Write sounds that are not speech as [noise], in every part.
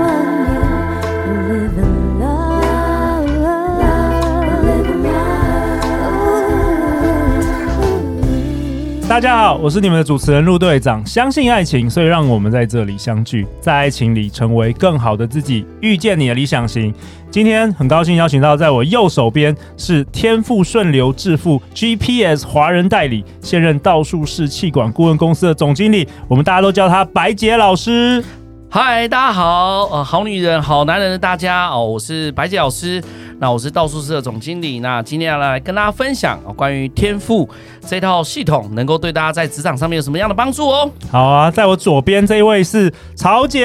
love you, live in love, live in love. 大家好，我是你们的主持人陆队长。相信爱情，所以让我们在这里相聚，在爱情里成为更好的自己，遇见你的理想型。今天很高兴邀请到，在我右手边是天赋顺流致富 GPS 华人代理，现任道术士气管顾问公司的总经理，我们大家都叫他白杰老师。嗨，大家好，呃，好女人、好男人的大家哦，我是白姐老师，那我是道术社总经理，那今天要来跟大家分享、哦、关于天赋这套系统能够对大家在职场上面有什么样的帮助哦。好啊，在我左边这一位是曹姐。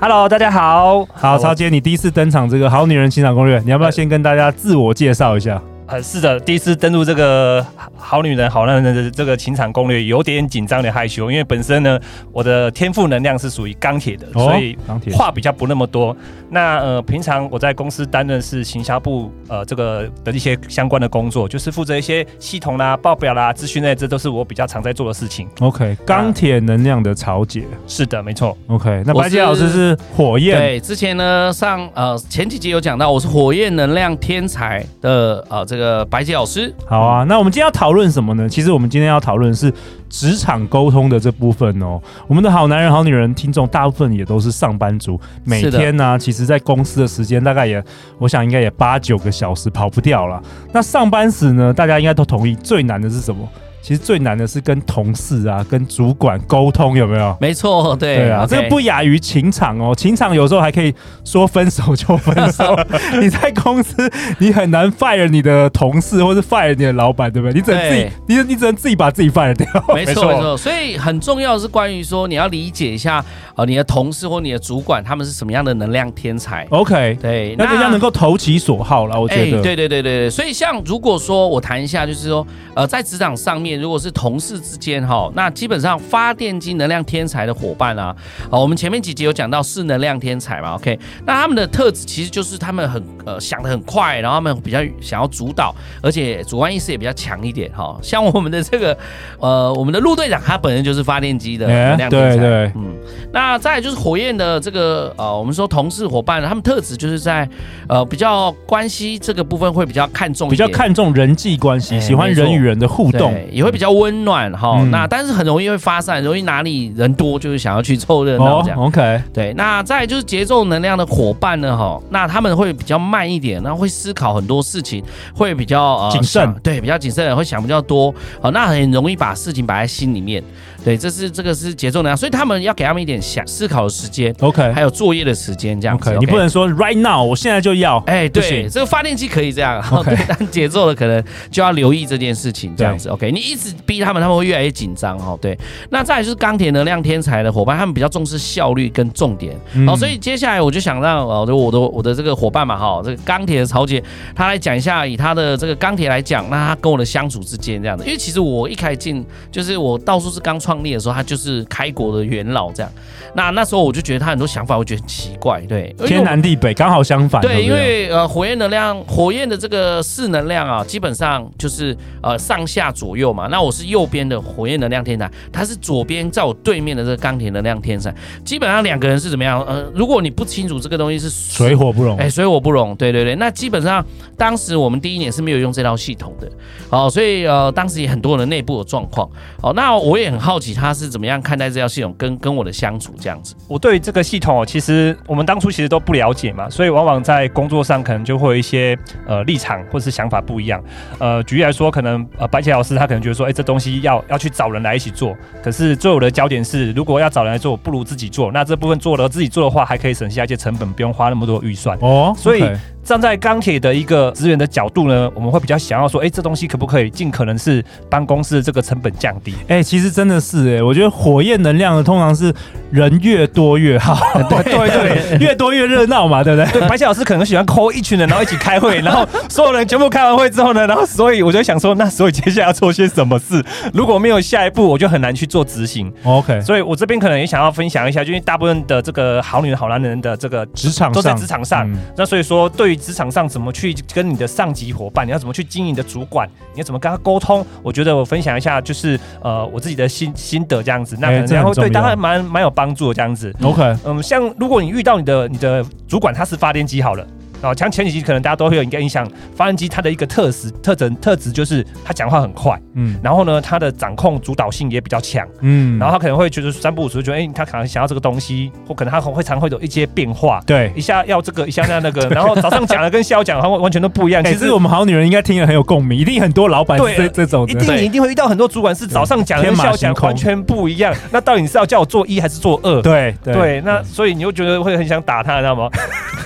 Hello，大家好。好，曹姐，你第一次登场这个《好女人情场攻略》，你要不要先跟大家自我介绍一下？呃，是的，第一次登录这个好女人、好男人的这个情场攻略，有点紧张、有点害羞，因为本身呢，我的天赋能量是属于钢铁的，哦所以钢铁话比较不那么多。那呃，平常我在公司担任是行销部呃这个的一些相关的工作，就是负责一些系统啦、报表啦、资讯类，这都是我比较常在做的事情。 OK，钢铁能量的曹姐。是的，没错。 OK，那我白洁是老师是火焰，对，之前呢上呃前几集有讲到，我是火焰能量天才的呃这个白姐老师，好啊。那我们今天要讨论什么呢？其实我们今天要讨论的是职场沟通的这部分哦。我们的好男人、好女人听众大部分也都是上班族，每是的天呢、啊其实在公司的时间大概也，我想应该也八九个小时，跑不掉了。那上班时呢，大家应该都同意，最难的是什么？其实最难的是跟同事啊、跟主管沟通，有没有？没错，对，对啊，哎 OK 这个不亚于情场哦。情场有时候还可以说分手就分 [laughs] 手，你在公司你很难 fire 你的同事或是 fire 你的老板，对不对？你只能自己对，你你只能自己把自己 fire [laughs] 掉。没没错错没错，所以很重要的是关于说你要理解一下呃你的同事或你的主管他们是什么样的能量天才。 OK，对，哦那人家能够投其所好啦，我哎，觉得。对对对对对，所以像如果说我谈一下，就是说，呃，在职场上面，如果是同事之间哈，那基本上发电机能量天才的伙伴啊，哦，我们前面几集有讲到是能量天才嘛，OK，那他们的特质其实就是他们很呃想得很快，然后他们比较想要主导，而且主观意识也比较强一点哈、像我们的这个呃，我们的陆队长他本人就是发电机的哎能量天才，对对，嗯，那再来就是火焰的这个呃，我们说同事伙伴，他们特质就是在呃比较关系这个部分会比较看重一比较点，看重人际关系，哎喜欢没错人与人的互动。对，也会比较温暖哈、嗯那但是很容易会发散，容易哪里人多就是想要去凑热闹哦这样。 ，OK，对，那再来就是节奏能量的伙伴呢，哈，那他们会比较慢一点，那会思考很多事情，会比较呃谨慎想对，比较谨慎，会想比较多，好、那很容易把事情摆在心里面，对，这是这个是节奏能量，所以他们要给他们一点想思考的时间， OK，还有作业的时间这样子 OK，你不能说 right now，我现在就要。哎，不对，行这个发电机可以这样 OK [laughs] 对，但节奏的可能就要留意这件事情，这样子，OK，你一直逼他们，他们会越来越紧张哦，对。那再来就是钢铁能量天才的伙伴，他们比较重视效率跟重点，哦嗯好，所以接下来我就想让呃我的我的这个伙伴嘛，哈，这个钢铁的曹姐，她来讲一下，以她的这个钢铁来讲，那她跟我的相处之间这样子，因为其实我一开始进，就是我到处是刚创立的时候，她就是开国的元老这样，那那时候我就觉得她很多想法，我觉得很奇怪，对，因为天我南地北，刚好相反。对，不因为呃，火焰能量，火焰的这个势能量啊，基本上就是呃上下左右嘛。那我是右边的火焰能量天才，他是左边在我对面的这个钢铁能量天才。基本上两个人是怎么样？呃，如果你不清楚这个东西是水，火不容。哎，水火不容。对对对，那基本上当时我们第一年是没有用这套系统的，哦，所以呃，当时也很多人内部有状况。哦，那我也很好奇他是怎么样看待这套系统跟跟我的相处这样子。我对这个系统哦，其实我们当初其实都不了解嘛，所以往往在工作上可能就会有一些呃立场或是想法不一样。呃，举例来说，可能呃白姐老师他可能觉得说，哎、这东西要要去找人来一起做，可是最后的焦点是，如果要找人来做，不如自己做。那这部分做了自己做的话，还可以省下一些成本，不用花那么多预算。哦，所以 OK，站在钢铁的一个资源的角度呢，我们会比较想要说，哎、这东西可不可以尽可能是帮公司的这个成本降 [laughs] 低？哎、其实真的是哎、我觉得火焰能量的通常是人越多越好， [laughs] 对对对，越多越热闹嘛，对不对？对，白姐老师可能喜欢抠一群人，然后一起开会，然后所有人全部开完会之后呢，然后所以我就想说，那所以接下来要做些什么 [laughs] 事？如果没有下一步，我就很难去做执行。 OK，所以我这边可能也想要分享一下，就是大部分的这个好女人、好男人的这个职场都在上职场上。嗯那所以说，对于职场上怎么去跟你的上级伙伴，你要怎么去经营你的主管，你要怎么跟他沟通？我觉得我分享一下，就是呃我自己的心心得这样子，那可哎能这然后很重对要大家蛮蛮有帮助的这样子。 OK，嗯，像如果你遇到你的你的主管他是发电机好了。啊，像前几集可能大家都会有一个印象，发电机它的一个特质、特征、特质就是它讲话很快，嗯然后呢，它的掌控主导性也比较强，嗯，然后他可能会觉得三不五时就觉得，哎、他可能想要这个东西，或可能他会常会有一些变化，对，一下要这个，一下要 [laughs] 那个，然后早上讲的跟下午讲的完完全都不一样。哎、其其实实我我们们好女人应该听了很有共鸣，一定很多老板是对这这种一的，定你一定会遇到很多主管是早上讲的跟下午讲的完全不一样，那到底你是要叫我做一还是做二？对对对，嗯那所以你又觉得会很想打他，你知道吗？ [laughs]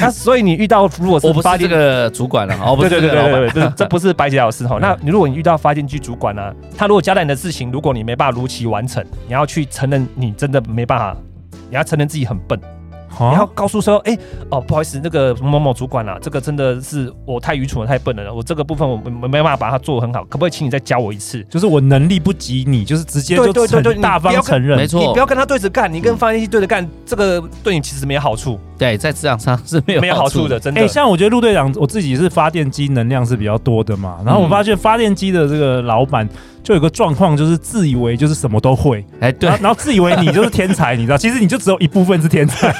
那所以你遇到如果我是不发是这电，个主管了，哦，不对是这对对个对老板，对对，这这不是白姐老师哦 [laughs] 哈。那你如果你遇到发电机主管呢、他如果交代你的事情，如果你没办法如期完成，你要去承认你真的没办法，你要承认自己很哦笨，啊你要告诉说，哎、哦，不好意思，那个某某主管啊，这个真的是我太愚蠢了，太笨了，我这个部分我没没办法把它做得很好，可不可以请你再教我一次？就是我能力不及你，就是直接对就对对承对你大不方要承认，没错嗯你不要跟他对着干，你跟发电机对着干，这个对你其实没有好处，对，在职场上是没有没有好处的，。真的。哎、像我觉得陆队长，我自己是发电机能量是比较多的嘛，然后嗯我发现发电机的这个老板就有个状况，就是自以为就是什么都会，哎，对然，啊后然后自以为你就是天才，你知道，其实你就只有一部分是天才，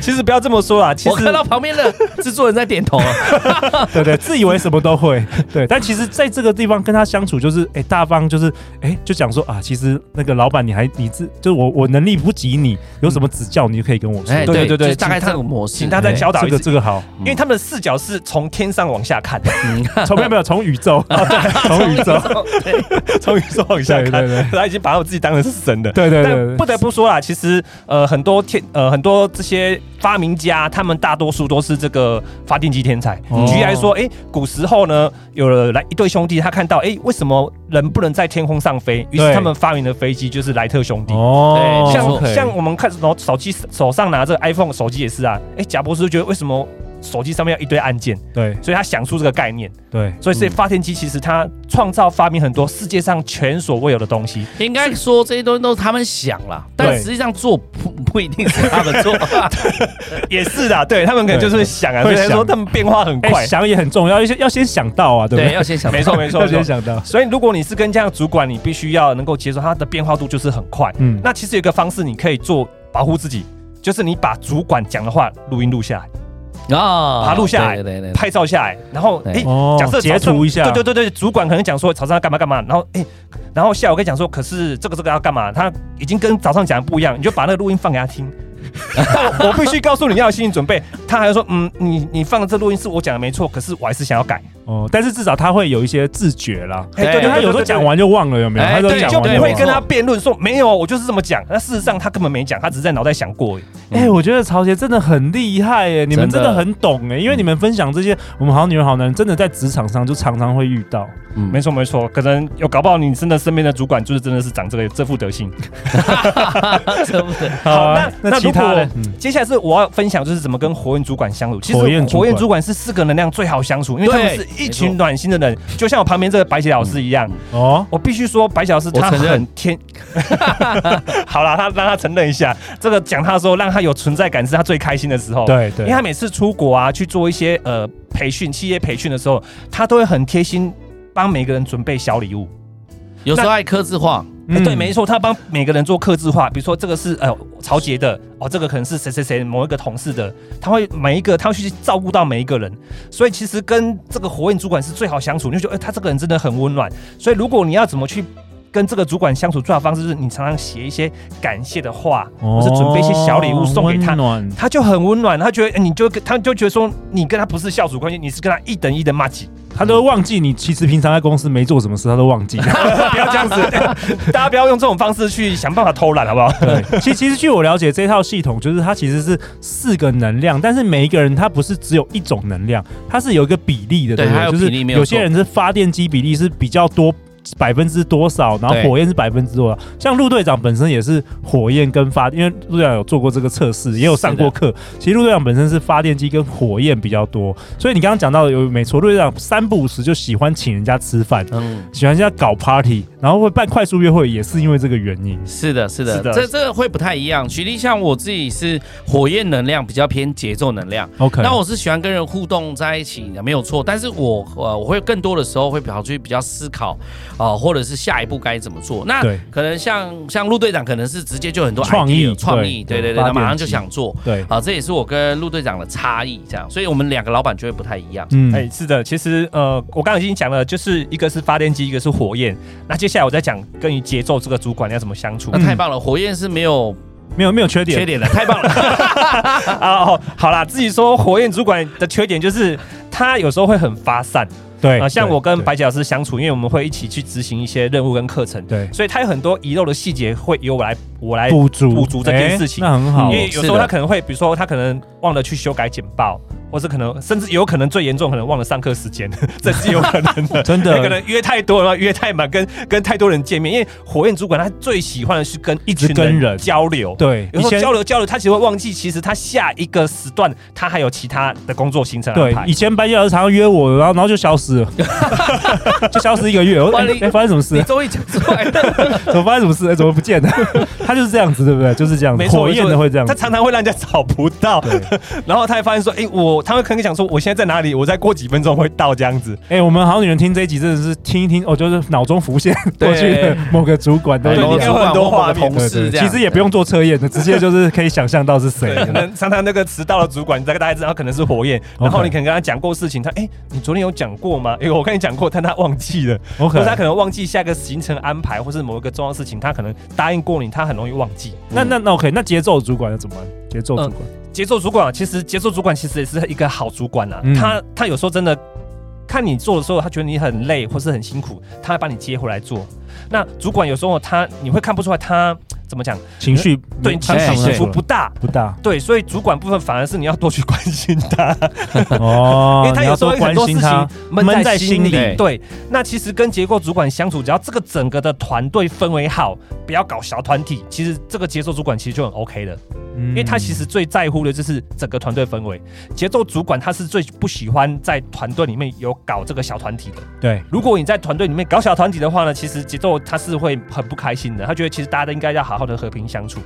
其实不要这么说啦，其我嗯实看到旁边的 [laughs] 制作人在点头 [laughs] 啊，对对，自以为什么都会，对，但其实在这个地方跟他相处，就是哎、大方，就是哎、就讲说啊，其实那个老板你还你自就是我我能力不及你，有什么指教你就可以跟我说，哎，对对对对就是大概请这他个模式，请他再哎教导这一个次，这个好，因为他们的视角是从天上往下看， [laughs] 嗯从没有没有从宇宙，从宇宙，哎从宇宙往下对对看对，他已经把我自己当成是神了。对对对但对，不得不说啦，其实呃，很多天呃，很多这些发明家，他们大多数都是这个发电机天才。哦举例来说，哎、古时候呢，有了来一对兄弟，他看到哎、诶为什么人不能在天空上飞？于对是他们发明了飞机，就是莱特兄弟。哦，像、 OK 像我们看手手机手上拿着 iPhone 手机也是啊，哎、贾博士就觉得为什么手机上面要一堆按键，对所以他想出这个概念。对，所以，所以发电机其实它创造发明很多世界上前所未有的东西。应该说这些东西都是他们想了，但对实际上做不不一定是他们做。 [laughs] 啊 [laughs] 也是的，对他们可能就是想啊，对所以才会想说他们变化很哎、快。想也很重要，要先要先想到啊，对不对，对？要先想到。没错，没错， [laughs] 要没先错。想到，所以，如果你是跟这样的主管，你必须要能够接受他的变化度就是很快。嗯，那其实有一个方式，你可以做保护自己，就是你把主管讲的话录音录下来，啊，把它录下来对对对对，拍照下来，然后对哎，哦假设截早上图一下对对对对，主管可能讲说早上要干嘛干嘛，然后哎，然后下午跟你讲说，可是这个这个要干嘛，他已经跟早上讲的不一样，你就把那个录音放给 [laughs] 他听。但我必须告诉你要有心理准备，他还会说，嗯，你你放的这录音是我讲的没错，可是我还是想要改。哦，但是至少他会有一些自觉啦，哎，对对因为对，他有时候讲完就忘了，有没有？哎他都对，讲就完不对忘会了跟他辩论说没有，我就是这么讲。那事实上他根本没讲，他只是在脑袋想过而已。哎、我觉得曹杰真的很厉害耶，你们真真的的很懂哎，因嗯为你们分享这些，我们好女人好男人真的在职场上就常常会遇到。嗯没错没错，可能有搞不好你真的身边的主管就是真的是长这个这副德行。真的好，那啊那其如他果的，嗯，接下来是我要分享就是怎么跟火焰主管相处。其实火焰主管火焰主管是四个能量最好相处，因为他们对是一群暖心的人，就像我旁边这个白姐老师一样嗯。哦，我必须说，白小老师我他承认很天，嗯 [laughs] 好啦，他让他承认一下，这个讲他的时候，让他有存在感是他最开心的时候。对因为对，他每次出国啊，去做一些呃培训、企业培训的时候，他都会很贴心帮每个人准备小礼物。有时候爱刻字化，哎对，没错，错，他帮每个人做刻字化，比如说这个是呃曹杰的，哦，这个可能是谁谁谁某一个同事的，他会每一个他会去照顾到每一个人，所以其实跟这个火焰主管是最好相处，你就觉得、哎，他这个人真的很温暖。所以如果你要怎么去跟这个主管相处，最好的方式就是你常常写一些感谢的话，哦或是准备一些小礼物送给他温。暖哎他就很温暖，他觉得你就跟他就觉得说你跟他不是校主关系，你是跟他一等一的骂几，他都会忘记你其实平常在公司没做什么事，他都忘记。不 [laughs] 要这样子，大家不要用这种方式去想办法偷懒，好不好？对， [laughs] 其其实据我了解，这套系统就是它其实是四个能量，但是每一个人他不是只有一种能量，它是有一个比例的，对对不它有对？就比例没是有有些错人是发电机比例是比较多。百分之多少？然后对火焰是百分之多少？像陆队长本身也是火焰跟发，因为陆队长有做过这个测试，也有上过课。其实陆队长本身是发电机跟火焰比较多，所以你刚刚讲到的有没错，陆队长三不五时就喜欢请人家吃饭，嗯，喜欢人家搞 party，然后会办快速约会，也是因为这个原因。是的，是的，是的这这个会不太一样。举例像我自己是火焰能量比较偏节奏能量， OK，那我是喜欢跟人互动在一起的，没有错。但是我呃，我会更多的时候会跑去比较思考啊、或者是下一步该怎么做。那对可能像像陆队长，可能是直接就很多创 idea，意创意，对对对发对，他马电上就机想做。对，啊，这也是我跟陆队长的差异，这样，所以我们两个老板就会不太一样。嗯，哎、是的，其实呃，我刚刚已经讲了，就是一个是发电机，一个是火焰。那接下来我再讲关于节奏这个主管要怎么相处那。嗯太棒了，火焰是没有没有没有缺点，[laughs] 缺点的，太棒了。 [laughs] 啊哦，好啦，自己说火焰主管的缺点就是他有时候会很发散对啊、像哎对我跟对白姐老师相处，因为我们会一起去执行一些任务跟课程，对所以他有很多遗漏的细节会由我来我来补足补足这件事情哎那很好。因，为有时是候的他可能会，比如说他可能忘了去修改简报，或是可能甚至有可能最严重，可能忘了上课时间，这是有可能的 [laughs] 真有可的能约太多了，约太满，跟跟太多人见面。因为火焰主管他最喜欢的是跟一直群跟人人交流，对，有以时候前交流交流，他其实会忘记，其实他下一个时段他还有其他的工作行程安对排以。前白姐老师常常约我，然后然后就消失 [laughs] 了，就消失一个月，我说哇哎你哎发生什么事 [laughs] 你？终于讲出 [laughs] 来了， [laughs] 怎么发生什么事？哎怎么不 [laughs] 见了？他就是这样子，对不对？就是这样子没，错火焰的会这样他子，常常会让人家找不到对， [laughs] 然后他还发现说：“哎、我他会可能讲说，我现在在哪里？我再过几分钟会到这样子。哎，我们好女人听这一集真的是听一听，哦，就是脑中浮现对过去的某个主管的对一应该样会很多画面同对事对，这样，其实也不用做测验的，直接就是可以想象到是谁 [laughs] 对，可 [laughs] 能常常那个迟到的主管，你大概大概知道他可能是火焰，然后 OK 你可能跟他讲过事情，他哎、你昨天有讲过吗？哎、 [laughs] 我跟你讲过，但他忘记了，或，OK 者。他啊可能忘记下一个行程安排，或是某一个重要事情，他可能答应过你，他很容易忘记。那那那 OK，那节奏主管要怎么办？节奏主管，节奏主管啊，其实节奏主管其实也是一个好主管啊，嗯他他有时候真的看你做的时候，他觉得你很累或是很辛苦，他会把你接回来做。那主管有时候他你会看不出来他怎么讲，情绪对情绪哎起伏不大。不 [laughs] 大对，所以主管部分反而是你要多去关心他，哦因为他你要有时候多有关很多心事他情。闷闷在在心心里。里对对，那其实跟结构主管相处，只要这个整个的团队氛围好，不要搞小团体，其实这个节奏主管其实就很 OK 的。因因为他其实最在乎的就是整个团队氛围。节奏主管他是最不喜欢在团队里面有搞这个小团体的。对如果你在团队里面搞小团体的话呢，其实节奏他是会很不开心的，他觉得其实大家都应该要好好的和平相处。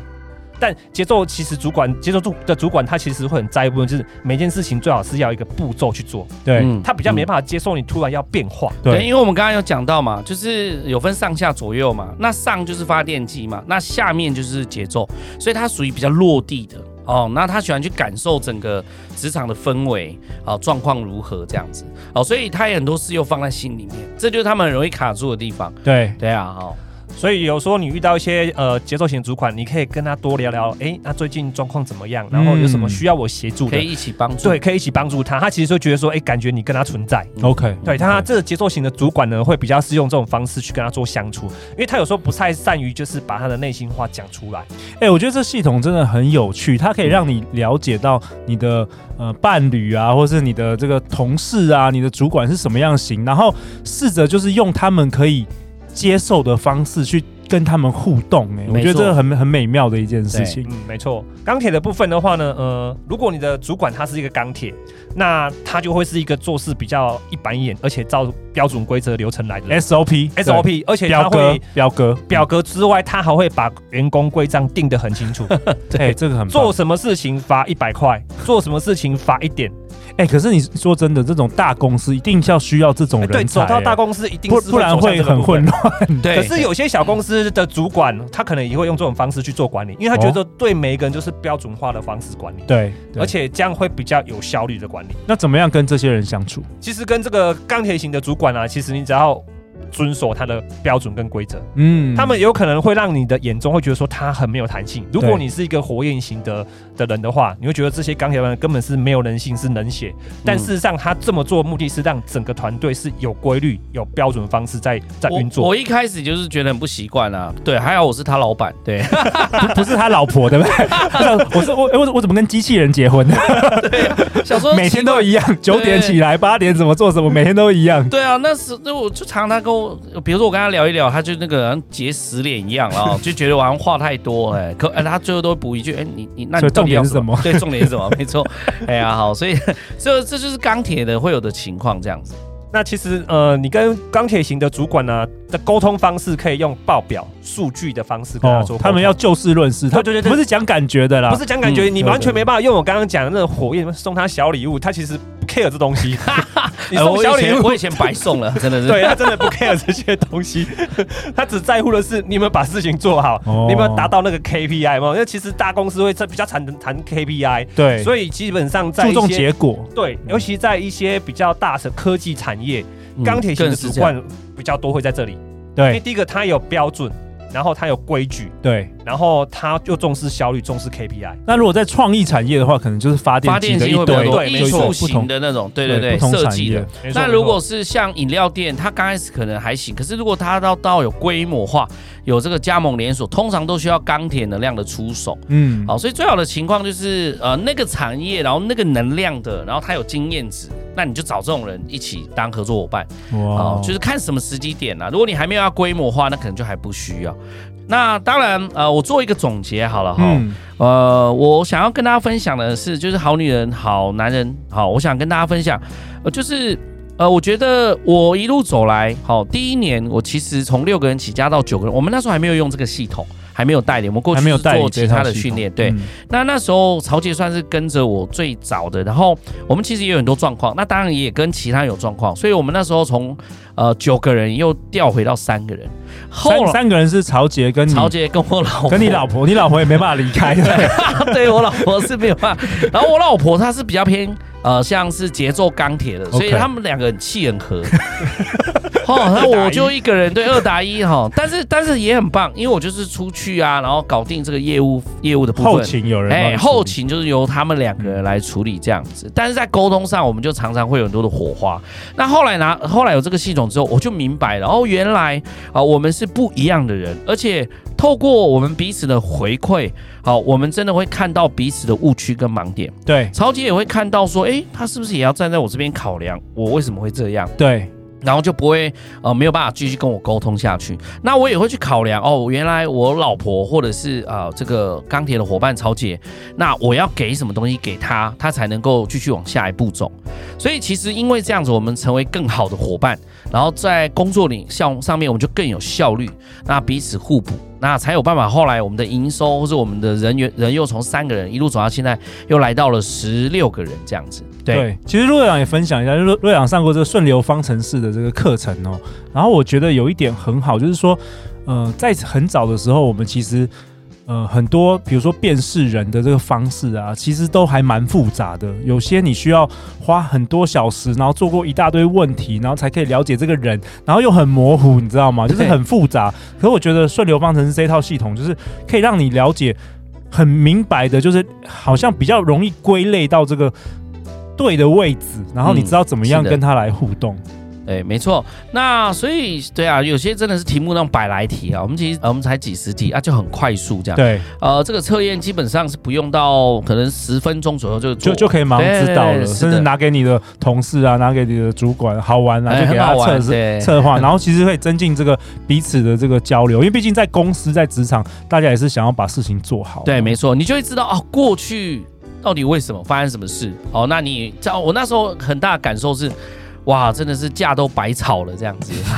但节奏其实主管节奏主的主管他其实会很在乎，就是每件事情最好是要一个步骤去做，对嗯他比较没办法接受你突然要变化。对，对因为我们刚刚有讲到嘛，就是有分上下左右嘛，那上就是发电机嘛，那下面就是节奏，所以它属于比较落地的哦。那他喜欢去感受整个职场的氛围啊，状况如何这样子哦，所以他也很多事又放在心里面，这就是他们很容易卡住的地方。对对啊，哦，所以有时候你遇到一些呃节奏型主管，你可以跟他多聊聊，诶，那最近状况怎么样？然后有什么嗯需要我协助可的以？一起帮助。对，，可以一起帮助他。他其实就觉得说，哎、感觉你跟他存在。 ，OK，对他这个节奏型的主管呢，会比较是用这种方式去跟他做相处，因为他有时候不太善于就是把他的内心话讲出来。哎，我觉得这系统真的很有趣，它可以让你了解到你的呃伴侣啊，或是你的这个同事啊，你的主管是什么样型，然后试着就是用他们可以接受的方式去跟他们互动，哎，我没觉得错这很很美妙的一件事对情。嗯，没错。钢铁的部分的话呢，呃，如果你的主管他是一个钢铁，那他就会是一个做事比较一板一眼，而且照标准规则流程来的人 SOP SOP，而且他表格会。表格表格之外，他还会把员工规章定得很 [laughs] 清楚，哎，这个很棒做什么事情罚一百块，做什么事情罚一点，哎，可是你说真的，这种大公司一定要需要这种哎人才，对，走到大哎公司一定不是不然走向会这个很部分混。 [laughs] 乱。对可是有些小公司的主管，他可能也会用这种方式去做管理，因为他觉得对每一个人就是标准化的方式管理，对，而且这样会比较有效率的管理。那怎么样跟这些人相处？其实跟这个钢铁型的主管啊，其实你只要遵守他的标准跟规则。嗯他们有可能会让你的眼中会觉得说他很没有弹性。如果你是一个火焰型的的人的话，你会觉得这些钢铁人根本是没有人性，是冷血。嗯但事实上，他这么做的目的是让整个团队是有规律、有标准方式在在我运我作。一开始就是觉得很不习惯啊，对，还好我是他老板，对，不是他老婆，对不对？ [laughs] 我是我，哎我我怎么跟机器人结婚？想 [laughs] 说每天都样。一样，九点起来，八点怎么做什么，每天都一样。对啊，那时那我就常常跟我，比如说我跟他聊一聊，他就那个好像结死脸一样 [laughs] 啊，就觉得我好像话太多哎、可哎、他最后都会补一句，哎、你你那所你以到底要重点是什么对，重点是什么？没错， [laughs] 哎呀好，所以所以这就是钢铁的会有的情况这样子。那其实呃，你跟钢铁型的主管呢的沟通方式可以用报表、数据的方式跟他做沟通。哦他们要就事论事，他对对对不是讲感觉的啦不。是讲感觉，嗯你对完全对没办法用我刚刚讲的那种火焰送他小礼物，他其实不 care 这 [laughs] 东西。你哎送我小以礼前物，我以前白送 [laughs] 了，真的是。对他真的不 care 这些东西， [laughs] 他只在乎的是你有没有把事情做好，哦你有没有达到那个 KPI 嘛？因为其实大公司会在比较谈谈 KPI，对，所以基本上在注一重嗯些结果。对，尤其在一些比较大的科技产业，钢铁型嗯的更是主这样管比较多会在这里，因为嗯对第一个它有标准，然后它有规矩，对。然后它又重视效率，重视 KPI。那如果在创意产业的话，可能就是发发电机电的机一会比较堆，多，对艺没错术有不型同的那种，对对对对，不同设产计业的。没错那没如错果是像饮料店，它刚开始可能还行，可是如果它到到有规模化，有这个加盟连锁，通常都需要钢铁能量的出手。嗯，好，所以最好的情况就是，呃，那个产业，然后那个能量的，然后他有经验值，那你就找这种人一起当合作伙伴。哦，就是看什么时机点啊啦、如果你还没有要规模化，那可能就还不需要。那当然，呃，我做一个总结好了哈。嗯，呃，我想要跟大家分享的是，就是好女人、好男人，好，我想跟大家分享，呃，就是呃，我觉得我一路走来，好，第一年我其实从六个人起家到九个人，我们那时候还没有用这个系统，还没有代理，我们过还去没有是代理做这其套他的系训统练，对。嗯那那时候曹杰算是跟着我最早的，然后我们其实也有很多状况，那当然也跟其他人有状况，所以我们那时候从呃九个人又调回到三个人，后三来三个人是曹杰跟你，曹杰跟我老婆跟你老婆，你老婆也没办法离开。 [laughs] 对我老婆是没有办法，然后我老婆她是比较偏呃像是节奏钢铁的，所以 OK 他们两个很气很合。哦，那我就一个人对二打一哈，但是但是也很棒，因为我就是出去啊，然后搞定这个业务业务的 [laughs] 部后分。勤有人帮哎，你后处理勤就是由他们两个人来处理这样子，但是在沟通上，我们就常常会有很多的火花。那后来拿后来有这个系统之后，我就明白了，哦，原来啊、我们是不一样的人，而且透过我们彼此的回馈，好、我们真的会看到彼此的误区跟盲点。对曹姐也会看到说，诶，他是不是也要站在我这边考量我为什么会这样？对然后就不会呃没有办法继续跟我沟通下去。那我也会去考量哦，原来我老婆或者是呃这个钢铁的伙伴曹姐，那我要给什么东西给她，她才能够继续往下一步走。所以其实因为这样子，我们成为更好的伙伴，然后在工作领项上面我们就更有效率，那彼此互补。那才有办法。后来我们的营收或者我们的人员人又从三个人一路走到现在，又来到了十六个人这样子。对，对。其实洛阳也分享一下，就是洛呃洛阳上过这个顺流方程式的这个课程哦。然后我觉得有一点很好，就是说，呃，在很早的时候，我们啊其实。呃，很多比如说辨识人的这个方式啊，其实都还蛮复杂的。有些你需要花很多小时，然后做过一大堆问题，然后才可以了解这个人，然后又很模糊，你知道吗？就是对很复杂。可是我觉得顺流方程式这套系统，就是可以让你了解很明白的，就是好像比较容易归类到这个对的位置，然后你知道怎么样嗯是的嗯跟他来互动。对，没错。那所以对啊，有些真的是题目那种百来题啊，我们其实、呃我们才几十题啊，就很快速这样。对，呃，这个测验基本上是不用到可能十分钟左右就就做就可以马上知道对了，对对甚是至的拿给你的同事啊，拿给你的主管，好玩啊，就哎给很他好玩测试对策划，然后其实可以增进这个彼此的这个交流，因为毕竟在公司在职场，大家也是想要把事情做好。对，没错，你就会知道哦，过去到底为什么发生什么事。哦，那你知道我那时候很大的感受是，哇，真的是架都白吵了这样子。 [laughs]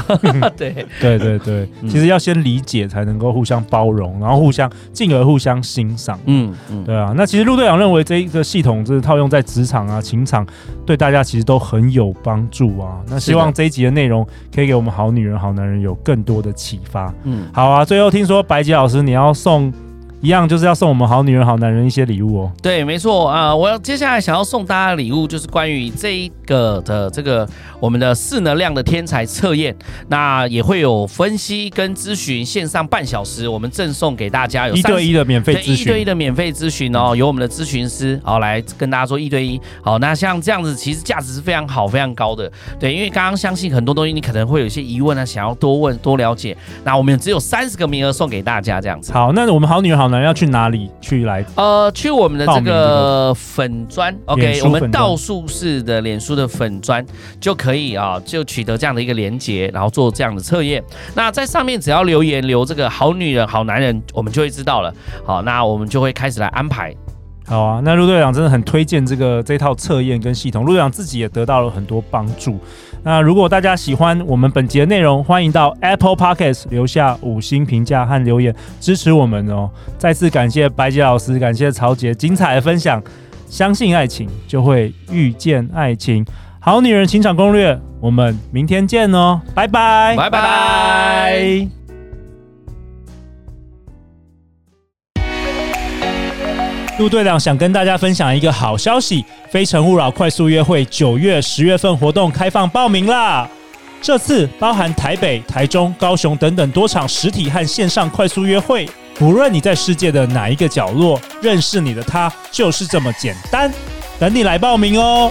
对，对对对，嗯其实要先理解才能够互相包容，然后互相进而互相欣赏。嗯嗯，对啊，那其实陆队长认为这一个系统就是套用在职场啊、情场，对大家其实都很有帮助啊。那希望这一集的内容可以给我们好女人、好男人有更多的启发。嗯，好啊，最后听说白洁老师你要送。一样就是要送我们好女人、好男人一些礼物哦。对，没错啊、我要接下来想要送大家的礼物就是关于这一个的这个我们的势能量的天才测验，那也会有分析跟咨询，线上半小时我们赠送给大家有一对 [laughs] 一。一的免费对咨一对一询，的免费咨询哦，由我们的咨询师好来跟大家说一对一。好，那像这样子，其实价值是非常好、非常高的。对，因为刚刚相信很多东西，你可能会有一些疑问啊，想要多问、多了解。那我们只有三十个名额送给大家，这样子。好，那我们好女人、好男人要去哪里去来？呃，去我们的报这名这个粉砖脸，OK，书我粉们专道术式的脸书的粉砖就可以啊，就取得这样的一个连接，然后做这样的测验。那在上面只要留言留这个好女人、好男人，我们就会知道了。好，那我们就会开始来安排。好啊，那陆队长真的很推荐这个这套测验跟系统，陆队长自己也得到了很多帮助。那如果大家喜欢我们本集的内容，欢迎到 Apple Podcast 留下五星评价和留言支持我们哦。再次感谢白洁老师，感谢曹杰精彩的分享。相信爱情，就会遇见爱情。好女人情场攻略，我们明天见哦，拜拜，拜拜。陆队长想跟大家分享一个好消息，《非诚勿扰》快速约会九月、十月份活动开放报名啦！这次包含台北、台中、高雄等等多场实体和线上快速约会。不论你在世界的哪一个角落，认识你的他就是这么简单。等你来报名哦！